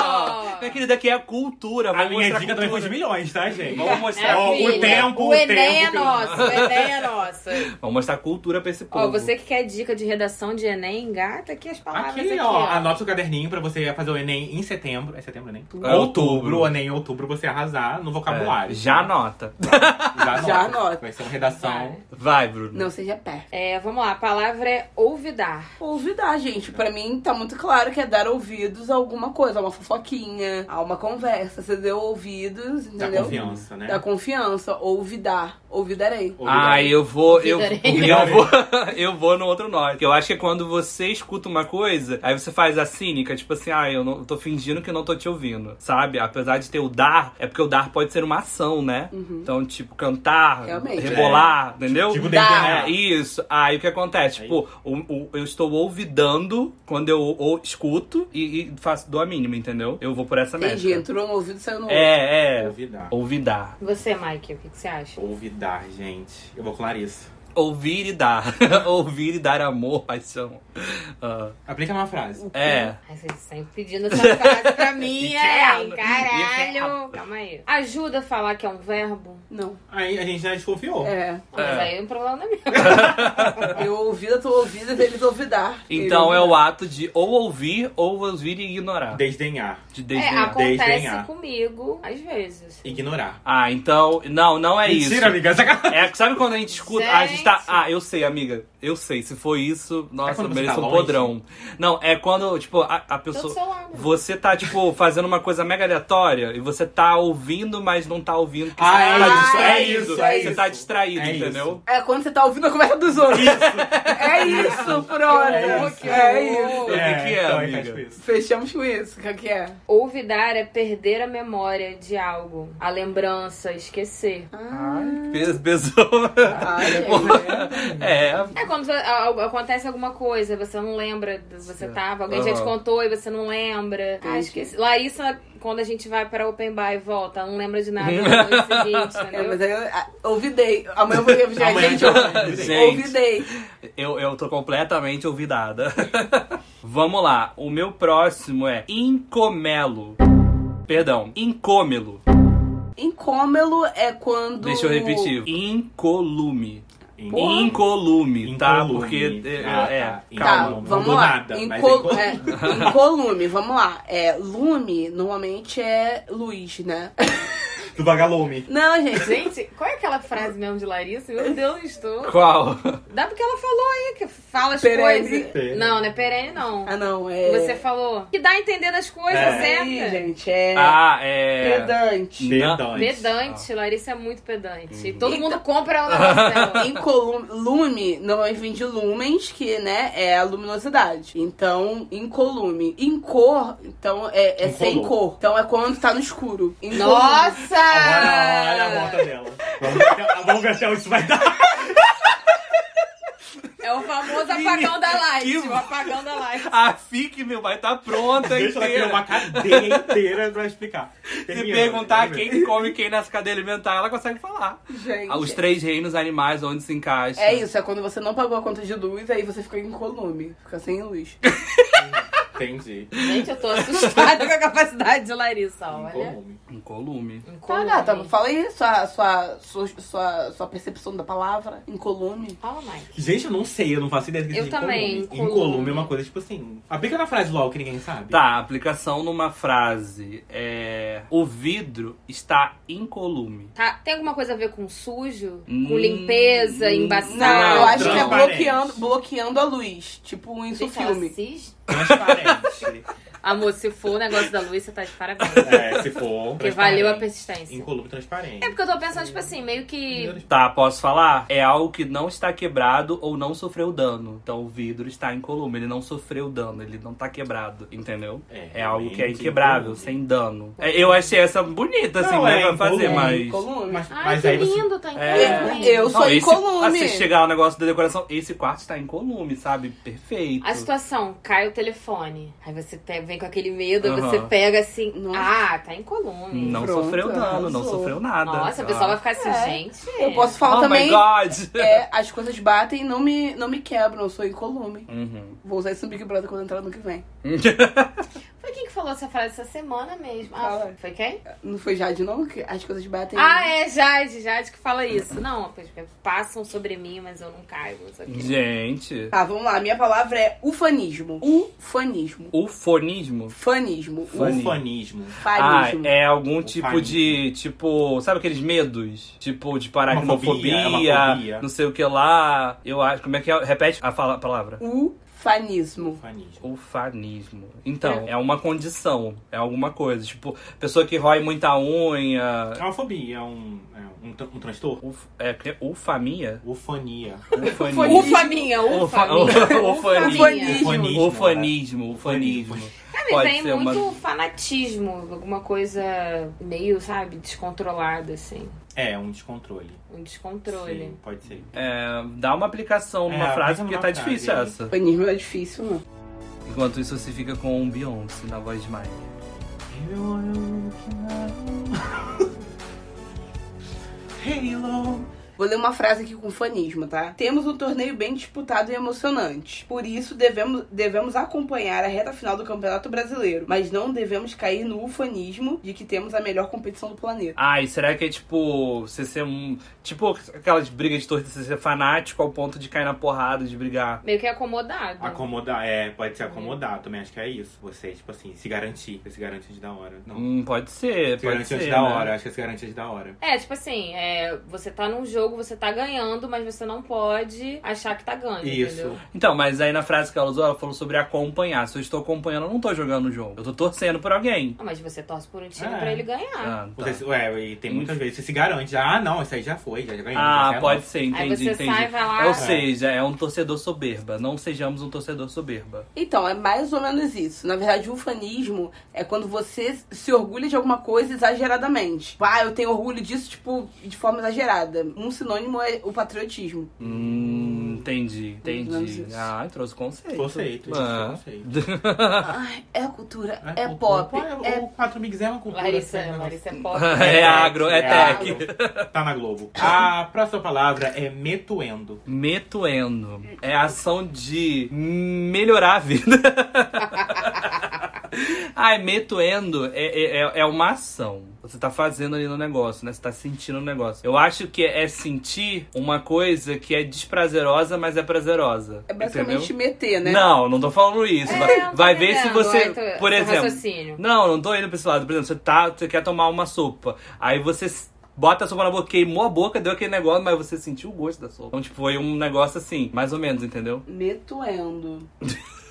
E: Minha querida, aqui é a cultura.
C: a
E: vamos
C: minha
E: mostrar
C: dica também
E: cultura.
C: foi de milhões, tá, gente?
E: Vamos mostrar,
C: Ó,
B: É filha,
C: o tempo, o
B: O Enem
C: tempo
B: é
C: que-
B: nosso, o Enem é nosso.
E: Vamos mostrar cultura pra esse povo.
B: Ó, você que quer dica de redação de Enem, engata aqui as palavras aqui,
C: Aqui, ó, anota o caderninho pra você fazer o Enem em setembro. É setembro, Enem?
E: É, outubro.
C: O Enem em outubro você arrasar no vocabulário.
E: É, já anota.
C: Já,
D: Já
C: anota.
D: anota.
C: Vai ser uma redação.
E: Vai, Bruno.
D: Não seja pérfido.
B: É, vamos lá, a palavra é ouvidar.
D: Ouvir dar, gente. Pra mim tá muito claro que é dar ouvidos a alguma coisa, a uma fofoquinha, a uma conversa. Você deu ouvidos,
C: Da
D: entendeu?
C: confiança, né?
D: Da confiança. Ouvidar. Ouvidarei.
E: Ai, Ah, eu vou. <laughs> Eu,
B: Ouvidarei.
E: eu vou. eu vou no outro nó. Que eu acho que é quando você escuta uma coisa, aí você faz a cínica, tipo assim, ah, eu, não, eu tô fingindo que não tô te ouvindo. Sabe? Apesar de ter o dar, é porque o dar pode ser uma ação, né? Então, tipo, cantar,
D: Uhum. Realmente.
E: rebolar, entendeu?
C: Tipo,
D: Dá.
E: É, isso. Aí o que acontece?
C: Aí.
E: Tipo, o- o- eu estou ouvidando quando eu ou- escuto e, e faço, dou a mínima, entendeu? Eu vou por essa
D: Entendi. Então,
E: métrica.
D: Entrou no ouvido, saiu no outro.
E: É, é.
C: Ouvidar.
E: Ouvidar.
B: Você, Mike, o que, que você acha?
C: Ouvidar, gente. Eu vou com Clarissa.
E: Ouvir e dar. <laughs> Ouvir e dar amor, paixão. Ah,
C: Aplica uma frase.
E: é.
B: Ai, vocês sempre pedindo essa frase pra mim, é?
E: Inferno.
B: Caralho!
E: Inferno.
B: Calma aí. Ajuda a falar que é um verbo?
D: Não.
C: Aí a gente já desconfiou.
D: É.
B: Mas
E: É.
B: aí é um problema meu.
D: Eu ouvido, tu ouvidas, eles ouvidar.
E: Então
D: Ele
E: é o
D: ouvidar.
E: ato de ou ouvir, ou ouvir e ignorar.
C: Desdenhar.
E: De
B: É,
E: desdenhar.
B: acontece
C: Desdenhar.
B: comigo, às vezes.
C: Ignorar.
E: Ah, então. Não, não é
C: Mentira,
E: isso.
C: amiga. Saca...
E: É, que sabe quando a gente escuta. Ah, a gente tá.
B: Gente.
E: Ah, eu sei, amiga. Eu sei. Se for isso, nossa,
C: quando
E: eu
C: você
E: mereço
C: tá
E: um
C: longe?
E: podrão. Não, é quando, tipo, a, a
B: Tô do
E: pessoa.
B: seu lado.
E: Você tá, tipo, fazendo uma coisa mega aleatória e você tá ouvindo, mas não tá ouvindo. porque você
C: Ah,
E: tá
D: é
E: distraído.
D: isso, é
E: você
D: isso.
E: tá distraído,
C: É isso.
E: entendeu?
D: <laughs> É quando você tá ouvindo a conversa dos outros. É isso.
E: isso, pronto.
C: É
E: É
C: isso.
E: isso.
D: É,
E: O que, que é,
C: então fecha com
E: amiga?
C: isso.
D: Fechamos com isso. O que que é?
B: Olvidar é perder a memória de algo, a lembrança, esquecer.
E: Ai, pes- pesou.
D: Ah, gente,
E: É,
B: É quando a- a- acontece alguma coisa, você não lembra, do- você tava, alguém já te
E: Aham.
B: contou e você não lembra. Ah,
D: Entendi.
B: esqueci. Larissa, quando a gente vai pra Open Bar e volta, não lembra de
C: <laughs>
B: nada no dia seguinte,
D: é,
B: entendeu?
D: mas aí eu ah, ouvidei. Amanhã eu vou revigiar.
C: Amanhã
D: Gente,
C: eu-
D: ouvidei. ouvidei.
E: Eu, eu tô completamente ouvidada. <laughs> Vamos lá, o meu próximo é Incomelo. Perdão, incômelo.
D: Incômelo é quando.
E: Deixa eu repetir. Incolume.
C: Porra.
E: Incolume, tá?
C: Incolume.
E: Porque. é,
C: Ah,
E: é,
C: tá.
D: Tá,
E: calma.
C: Incolume.
D: vamos
C: Do
D: lá.
C: nada, mas
D: Incol-
C: é
D: é, incolume, vamos lá. É, lume normalmente é luz, né?
C: Do vagalume.
D: Não, gente.
B: <laughs> Gente, qual é aquela frase mesmo de Larissa? Meu Deus, estou.
E: Qual?
B: Dá porque ela falou aí, que fala as
D: Perene.
B: coisas.
C: Perene.
B: Não, não é perene, não.
D: Ah, não, é.
B: Você falou. Que dá a entender das coisas,
C: É.
B: certa.
D: Aí, gente, é.
E: Ah, é.
D: Pedante.
E: Não.
C: Pedante.
B: Pedante, Larissa é muito pedante. E Todo
D: Então-
B: mundo compra o negócio
D: <laughs>
B: dela.
D: Incolume, lume normalmente vem de lumens, que né, é a luminosidade. Então, incolume. Incor, então é, é sem
C: Incolor.
D: cor. Então é quando tá no escuro. Incolume.
B: Nossa!
C: Agora, olha a volta dela. Vamos ver se- Vamos ver se isso vai dar.
B: É o famoso
E: Menina,
B: apagão da light.
E: que-
B: O apagão da light.
E: A FIC, meu, vai estar tá pronta
C: Deixa ela criar
E: inteira.
C: uma cadeia inteira pra explicar.
E: Se
C: Termina,
E: perguntar
C: termina.
E: quem come e quem nessa cadeia alimentar, ela consegue falar.
D: Gente.
E: Ah, Os três reinos animais, onde se encaixa.
D: É isso, é quando você não pagou a conta de luz, aí você fica incolume. Fica sem luz.
C: Entendi.
B: Gente, eu tô assustada com a capacidade de Larissa,
C: Hum,
B: olha.
C: Incolume.
E: Incolume.
D: Tá,
B: Incolume.
D: gata, fala aí sua, sua, sua, sua, sua percepção da palavra. Incolume.
B: Fala, Mike.
C: Gente, eu não sei, eu não faço ideia do que
B: Eu
C: é
B: também,
C: Incolume.
B: incolume.
C: Incolume é uma coisa tipo assim. Aplica na frase logo que ninguém sabe.
E: Tá, a aplicação numa frase é. O vidro está incolume.
B: Tá, tem alguma coisa a ver com sujo? Com
E: Hum,
B: limpeza,
E: Ah, não,
B: embaçado?
D: Não, eu acho que é
C: transparente.
D: bloqueando, bloqueando a luz. Tipo isso
B: Gente,
D: filme.
B: ela
E: <laughs>
B: cis-
C: Transparente.
B: Amor, se for o negócio da luz, você tá de parabéns.
C: <laughs> é, se for.
B: Porque valeu a
C: transparente.
B: persistência.
C: Incolume transparente.
B: É porque eu tô pensando, tipo assim, meio que.
E: Tá, posso falar? É algo que não está quebrado ou não sofreu dano. Então o vidro está incolume, ele não sofreu dano, ele não tá quebrado, entendeu?
C: É,
E: É algo que é
C: realmente
E: inquebrável,
C: incolume.
E: sem dano. É, Eu achei essa bonita, assim,
C: Não,
E: né?
C: é
E: pra fazer,
C: incolume,
E: mas.
D: Incolume.
C: Mas,
B: Ai,
C: mas
B: que
C: aí você.
B: lindo, tá
E: É.
B: incrível.
D: Eu sou
E: esse,
D: incolume.
E: Assim, chegar o negócio da decoração, esse quarto está incolume, sabe? Perfeito.
B: A situação, cai o telefone. Aí você pe- vem com aquele medo, aí
E: Aham.
B: você pega assim.
D: Nossa.
B: Ah, tá incolume.
E: Não
D: Pronto,
E: sofreu dano, não
D: arrasou.
E: sofreu nada. tá.
B: Nossa, a pessoa vai ficar assim,
D: É.
B: gente.
D: Eu posso falar
E: falar oh
D: também.
E: my
B: <laughs>
E: god!
D: É, as coisas batem e não me, não me quebram, eu sou incolume.
E: Uhum.
D: Vou usar isso no Big Brother quando entrar no que vem.
B: Foi quem que falou essa frase essa semana mesmo?
D: Fala.
B: Ah, foi quem?
D: Não foi Jade, não? Que as coisas batem.
B: Ah, é Jade, Jade que fala isso. Não, pois, passam sobre mim, mas eu não caio. Não sei o quê.
E: Gente,
D: Tá, vamos lá. Minha palavra é ufanismo. Ufanismo.
E: o fonismo.
D: Fanismo.
E: Fani-
C: Ufanismo.
E: Ah,
D: Ufanismo.
E: é algum
C: O
E: tipo
C: fanismo.
E: de. Tipo, sabe aqueles medos? Tipo, de
C: Homofobia,
E: aracnofobia,
C: é uma fobia.
E: não sei o que lá. Eu acho. Como é que é? Repete a fala- a palavra.
D: Ufanismo.
C: Ufanismo.
E: Ufanismo. Então, é. uma condição, é alguma coisa. Tipo, pessoa que rói muita unha.
C: É uma fobia, é um, é um, tra- um transtorno.
E: Uf, é, que- ufamia?
C: Ufania.
E: Ufania.
D: Ufanismo.
B: Ufa minha, ufa
E: Ufa- <laughs>
B: minha.
E: ufa-
B: Ufa minha.
D: ufanismo.
C: Ufanismo.
E: Ufanismo, ufanismo.
B: Ah, mas
E: Pode
B: Tem
E: ser uma-
B: muito fanatismo, alguma coisa meio, sabe, descontrolada, assim.
C: É, um descontrole.
B: Um descontrole.
C: Sim, pode ser.
E: É, dá uma aplicação numa
C: É,
E: frase,
C: aplica
E: porque
C: numa
E: tá
C: frase,
E: difícil
C: hein?
E: essa.
D: Ufanismo é difícil, não.
E: Enquanto isso, você fica com o Beyoncé na voz de Mike.
C: Halo.
D: Vou ler uma frase aqui com fanismo, tá? Temos um torneio bem disputado e emocionante. Por isso, devemos, devemos acompanhar a reta final do Campeonato Brasileiro. Mas não devemos cair no ufanismo de que temos a melhor competição do planeta.
E: Ai, será que é tipo. Você ser um. Tipo aquelas brigas de torcida, você ser fanático ao ponto de cair na porrada, de brigar.
B: Meio que acomodado.
C: Acomodar, é, pode se acomodar, também acho que é isso. Você, tipo assim, se garantir. Você se garante antes da hora. Não.
E: Hum, pode ser, pode
C: Se garante
E: ser.
C: antes da
E: né?
C: hora, acho que é se garante antes da hora.
B: É, tipo assim, é, você tá num jogo jogo você tá ganhando, mas você não pode achar que tá ganhando.
C: Isso.
B: Entendeu?
E: Então, mas aí na frase que ela usou, ela falou sobre acompanhar. Se eu estou acompanhando, eu não tô jogando o jogo. Eu tô torcendo por alguém.
B: Ah, Mas você torce por um time
C: É.
B: pra ele ganhar.
E: Ah, tá.
C: Você, se- ué, e tem muitas vezes você se garante. Ah, não, isso aí já foi, já ganhou.
E: Ah,
C: já é
E: pode
C: nosso.
E: ser, entendi,
B: Aí você
E: entendi.
B: sai, vai lá.
E: Ou seja, é um torcedor soberba. Não sejamos um torcedor soberba.
D: Então, é mais ou menos isso. Na verdade, o ufanismo é quando você se orgulha de alguma coisa exageradamente. Ah, eu tenho orgulho disso, tipo, de forma exagerada. Um sinônimo é o patriotismo.
E: Hum, entendi,
D: menos
E: entendi.
D: isso.
E: Ah, trouxe conceito.
C: Conceito, isso,
E: Ah. <laughs>
C: conceito.
D: Ai, é cultura, é,
C: cultura.
D: pop,
C: Qual é,
D: é
C: O 4 Mix é uma cultura.
B: Larissa,
E: né?
C: é um negócio-
B: Larissa é pobre.
E: É agro, é
C: É
E: tech.
C: Tá na Globo. A próxima palavra é metuendo.
E: Metuendo. É a ação de melhorar a vida. <laughs> Ai, metuendo é, é, é uma ação. Você tá fazendo ali no negócio, né? Você tá sentindo o negócio. Eu acho que é sentir uma coisa que é desprazerosa, mas é prazerosa.
D: É basicamente te meter, né?
E: Não, não tô falando isso. Vai-
B: eu É, tô
E: vai ver se
B: entendendo
E: você,
B: muito
E: por
B: seu
E: exemplo,
B: raciocínio.
E: não, não tô indo pra esse lado. Por exemplo, você, tá, você quer tomar uma sopa. Aí você s- bota a sopa na boca, queimou a boca, deu aquele negócio, mas você sentiu o gosto da sopa. Então, tipo, foi um negócio assim, mais ou menos, entendeu? <laughs>
D: Metuendo.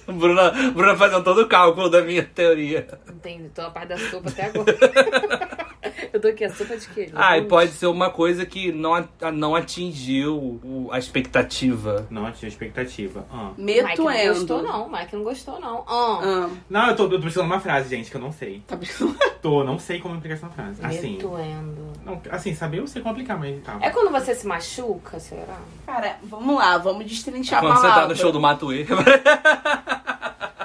E: Bruna, Bruna fazendo todo o cálculo da minha teoria.
B: Entendi, tô a par da sopa até agora. <laughs> eu tô aqui, a sopa de queijo.
E: Ah, e pode ser uma coisa que não, a- não atingiu o- a expectativa.
C: Não atingiu a expectativa. Ah.
B: Mike não gostou,
D: Metuendo.
B: não. Mike não gostou, não. Ah,
D: Ah,
C: Não, eu tô, eu tô precisando de uma frase, gente, que eu não sei.
D: tá pensando.
C: Tô, não sei como aplicar essa frase.
E: Ah,
C: Assim.
B: Metuendo.
C: Não, assim, saber eu sei como aplicar, mas tá.
B: É quando você se machuca, será?
D: Cara, vamos lá, vamos destrinchar
E: Quando
D: a
E: você
D: palavra.
E: tá no show do Matuê. <laughs>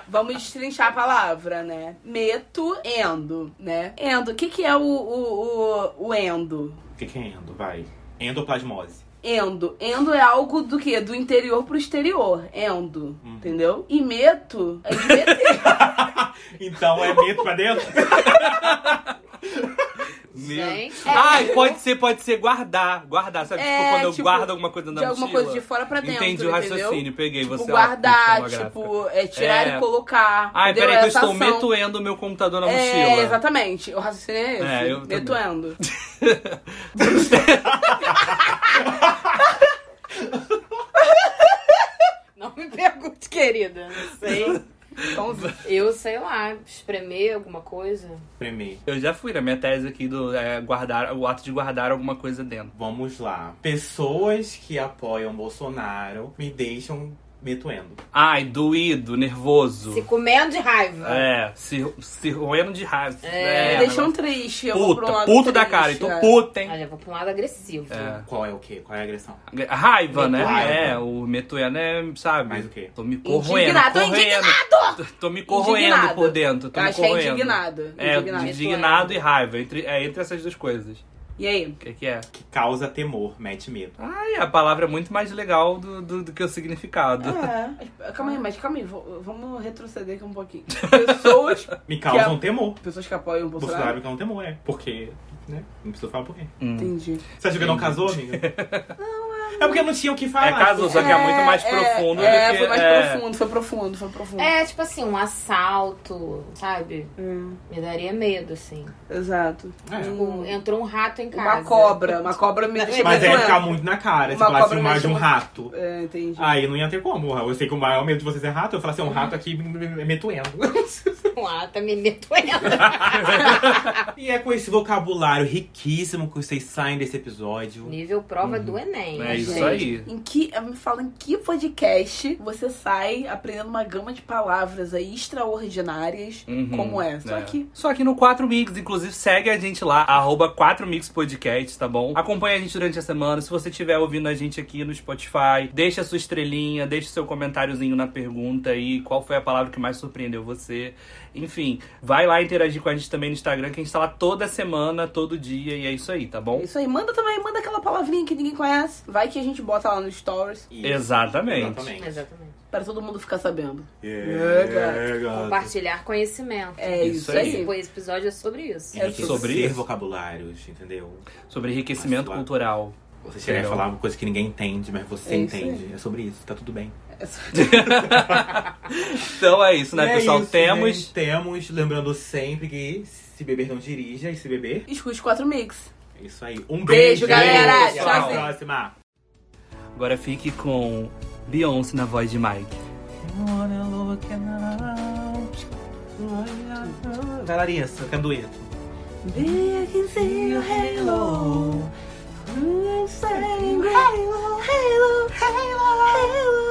D: Vamos destrinchar a palavra, né? Meto, endo, né? Endo, o que que é o, o, o, o endo?
C: O que, que é endo? Vai. Endoplasmose.
D: Endo. Endo é algo do quê? Do interior pro exterior. Endo.
E: Uhum.
D: Entendeu? E meto é
E: <laughs>
D: de meter.
C: Então é meto pra dentro?
B: Gente.
E: Ai, pode ser, pode ser guardar. Guardar, sabe?
D: É,
E: tipo, quando eu
D: tipo,
E: guardo alguma coisa na
D: de alguma
E: mochila.
D: coisa de fora pra dentro.
E: Entendi o raciocínio,
D: entendeu?
E: peguei
D: tipo,
E: você. é ó,
D: guardar,
E: pictográfica.
D: tipo, é tirar
E: É.
D: e colocar.
E: Ai,
D: entendeu?
E: peraí, que eu
D: Essa
E: estou
D: ação.
E: metuendo meu computador na
D: É,
E: mochila.
D: exatamente. O raciocínio é esse.
E: É, eu também.
D: metuendo.
E: <laughs>
B: Não me pergunte, querida. Não
E: <laughs>
B: sei.
D: Então,
B: Eu sei lá, espremer alguma coisa.
C: Primeiro.
E: Eu já fui na minha tese aqui do é, guardar, o ato de guardar alguma coisa dentro.
C: Vamos lá. Pessoas que apoiam Bolsonaro me deixam metuendo.
E: Ai, doído, nervoso.
B: Se comendo de raiva.
E: É, se, se roendo de raiva. É,
B: É,
D: me deixam triste. Eu vou pra um
E: Puta,
D: lado
E: puto da
D: triste,
E: cara. E tô
D: é.
E: puta, hein?
B: Olha, eu vou pra um lado agressivo.
E: É.
C: Qual é o quê? Qual é a agressão?
E: A Raiva, né?
C: Raiva.
E: É, o metuendo é, sabe?
C: Mais o quê?
E: Tô me corroendo.
D: Indignado, tô
E: corroendo.
D: indignado!
E: <laughs> Tô me corroendo
D: Indignado.
E: por dentro. Tô
D: Eu
E: me
D: acho que é
E: corroendo.
D: indignado.
E: É,
D: Indignado.
E: indignado, e raiva. Entre, é entre essas duas coisas.
D: E aí?
E: O que, que é?
C: Que causa temor, mete medo.
E: Ai, a palavra é muito mais legal do, do, do que o significado.
D: É. Calma aí, mas calma aí, vo- vamos retroceder aqui um pouquinho.
E: <laughs>
D: Pessoas,
E: Ah,
C: Me causam
D: Que
C: temor.
D: pessoas que apoiam o
C: Bolsonaro
D: Bolsonaro.
C: me causa temor, é. Porque, né? Não preciso falar por quê.
D: Entendi.
C: Você acha que eu não casou, amiga? não, é porque não tinha o que falar.
E: É caso, só que é muito mais
D: É,
E: profundo
D: É,
E: do que.
D: foi mais
E: é.
D: profundo, foi profundo, foi profundo.
B: É, tipo assim, um assalto, sabe?
D: Hum,
B: Me daria medo, assim.
D: exato.
C: É.
B: Tipo, entrou um rato em casa.
D: Uma
B: <laughs>
D: cobra, uma cobra me deixa
C: Mas
D: doendo.
C: é ficar muito na cara. Se
D: Uma
C: falasse
D: cobra
C: mais de um
D: mexe
C: rato.
D: É, entendi.
C: Aí não ia ter como. Eu sei que o maior medo de vocês é rato. Eu falo assim, é um rato aqui é metuendo.
B: Ah, tá me metuendo.
C: e é com esse vocabulário riquíssimo que vocês saem desse episódio.
B: <laughs> Nível prova do Enem.
E: É
B: né,
E: isso
B: gente?
E: aí.
D: Em que, me fala em que podcast você sai aprendendo uma gama de palavras aí extraordinárias
E: Uhum,
D: como essa? Só
E: é.
D: que
E: Só aqui no 4Mix, inclusive segue a gente lá, arroba 4Mix Podcast, tá bom? Acompanha a gente durante a semana. Se você estiver ouvindo a gente aqui no Spotify, deixa a sua estrelinha, deixa o seu comentáriozinho na pergunta aí, qual foi a palavra que mais surpreendeu você. Enfim, vai lá interagir com a gente também no Instagram, que a gente tá lá toda semana, todo dia, e é isso aí, tá
D: é
E: bom?
D: isso aí. Manda também, manda aquela palavrinha que ninguém conhece. Vai que a gente bota lá nos stories
C: E-
E: Exatamente.
C: Exatamente.
B: Exatamente.
D: para todo mundo ficar sabendo.
C: Yeah,
D: Yeah,
C: É, gato.
B: Compartilhar conhecimento.
D: É
E: Isso
D: isso,
E: aí.
D: aí.
B: Esse esse episódio é sobre isso.
D: É
C: Enriquecer
E: sobre isso.
C: vocabulários, entendeu?
E: Sobre enriquecimento
C: Mas, claro.
E: cultural.
C: Você chegar e
E: Entendeu?
C: falar uma coisa que ninguém entende, mas você
D: É isso
C: entende. É sobre isso, tá tudo bem.
D: É só-
E: Então é isso, né,
C: E é
E: pessoal?
C: isso,
E: Temos.
C: gente. Temos, lembrando sempre que se beber não dirija e se beber.
D: Escute 4 Mix.
C: É Isso aí. Um
D: Beijo,
C: beijo,
D: galera.
C: Até a
E: Tchauzinho.
C: próxima.
E: Agora fique com Beyoncé na voz de Mike.
C: Vai, Larissa, quer dueto.
D: Hum, Halo, halo, halo.